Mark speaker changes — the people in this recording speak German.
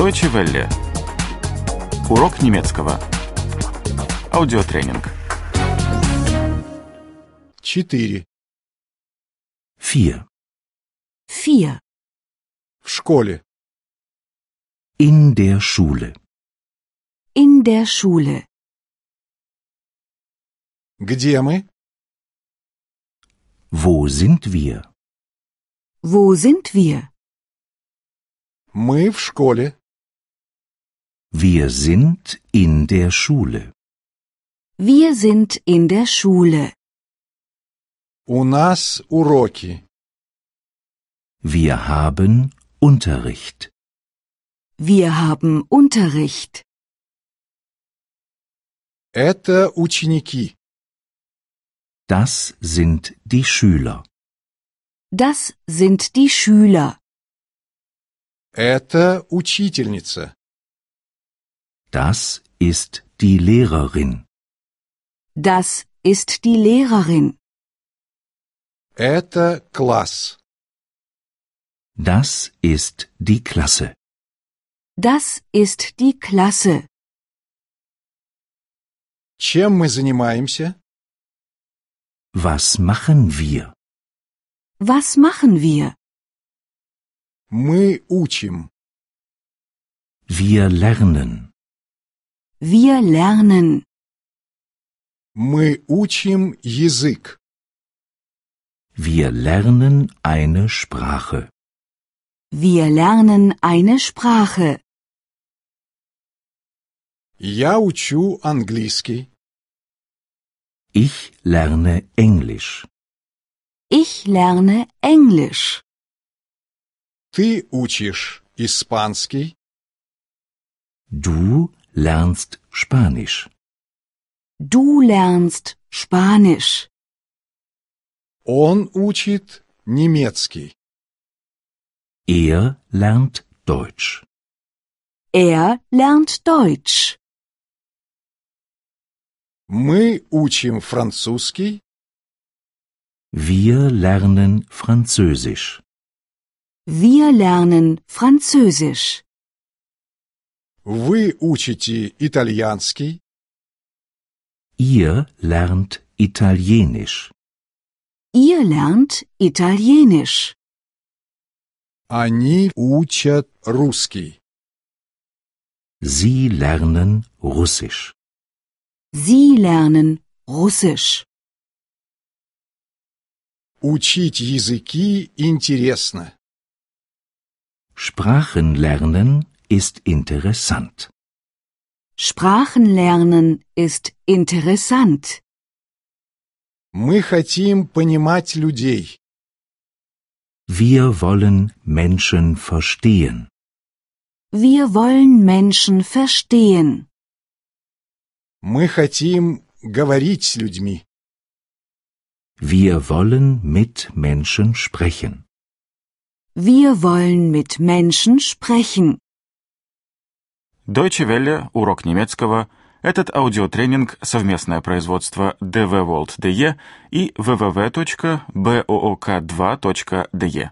Speaker 1: Deutsche Welle. Урок немецкого. Аудиотренинг.
Speaker 2: 4.
Speaker 3: 4.
Speaker 4: 4.
Speaker 2: В школе.
Speaker 3: In der Schule.
Speaker 4: In der Schule.
Speaker 2: Где мы?
Speaker 3: Wo sind wir?
Speaker 4: Wo sind wir?
Speaker 2: Мы в школе.
Speaker 3: Wir sind in der Schule.
Speaker 4: Wir sind in der Schule.
Speaker 2: У нас уроки.
Speaker 3: Wir haben Unterricht.
Speaker 4: Wir haben Unterricht.
Speaker 2: Это ученики.
Speaker 3: Das sind die Schüler.
Speaker 4: Das sind die Schüler.
Speaker 2: Это учительница.
Speaker 3: Das ist die Lehrerin.
Speaker 4: Das ist die Lehrerin.
Speaker 2: Это класс.
Speaker 3: Das ist die Klasse.
Speaker 4: Das ist die Klasse.
Speaker 2: Чем мы занимаемся?
Speaker 3: Was machen wir?
Speaker 4: Was machen wir?
Speaker 2: Мы учим.
Speaker 3: Wir lernen.
Speaker 4: Wir lernen.
Speaker 2: Мы учим язык.
Speaker 3: Wir lernen eine Sprache.
Speaker 4: Wir lernen eine Sprache.
Speaker 2: Я учу английский.
Speaker 3: Ich lerne Englisch.
Speaker 4: Ich lerne Englisch.
Speaker 2: Ты учишь испанский.
Speaker 3: Du lernst Spanisch.
Speaker 4: Du lernst Spanisch.
Speaker 2: Он учит немецкий.
Speaker 3: Er lernt Deutsch.
Speaker 4: Er lernt Deutsch.
Speaker 2: Мы учим французский.
Speaker 3: Wir lernen Französisch.
Speaker 4: Wir lernen Französisch.
Speaker 2: Вы учите итальянский.
Speaker 3: Ihr lernt Italienisch.
Speaker 4: Ihr lernt Italienisch.
Speaker 2: Они учат русский.
Speaker 3: Sie lernen Russisch.
Speaker 4: Sie lernen Russisch.
Speaker 2: Учить языки интересно.
Speaker 3: Sprachen lernen ist interessant.
Speaker 4: Sprachen lernen ist interessant.
Speaker 2: Мы хотим понимать людей.
Speaker 3: Wir wollen Menschen verstehen.
Speaker 4: Wir wollen Menschen verstehen.
Speaker 2: Мы хотим говорить с людьми.
Speaker 3: Wir wollen mit Menschen sprechen.
Speaker 4: Wir wollen mit Menschen sprechen.
Speaker 1: Deutsche Welle. Урок немецкого. Этот аудиотренинг – совместное производство DW World DE и www.book2.de.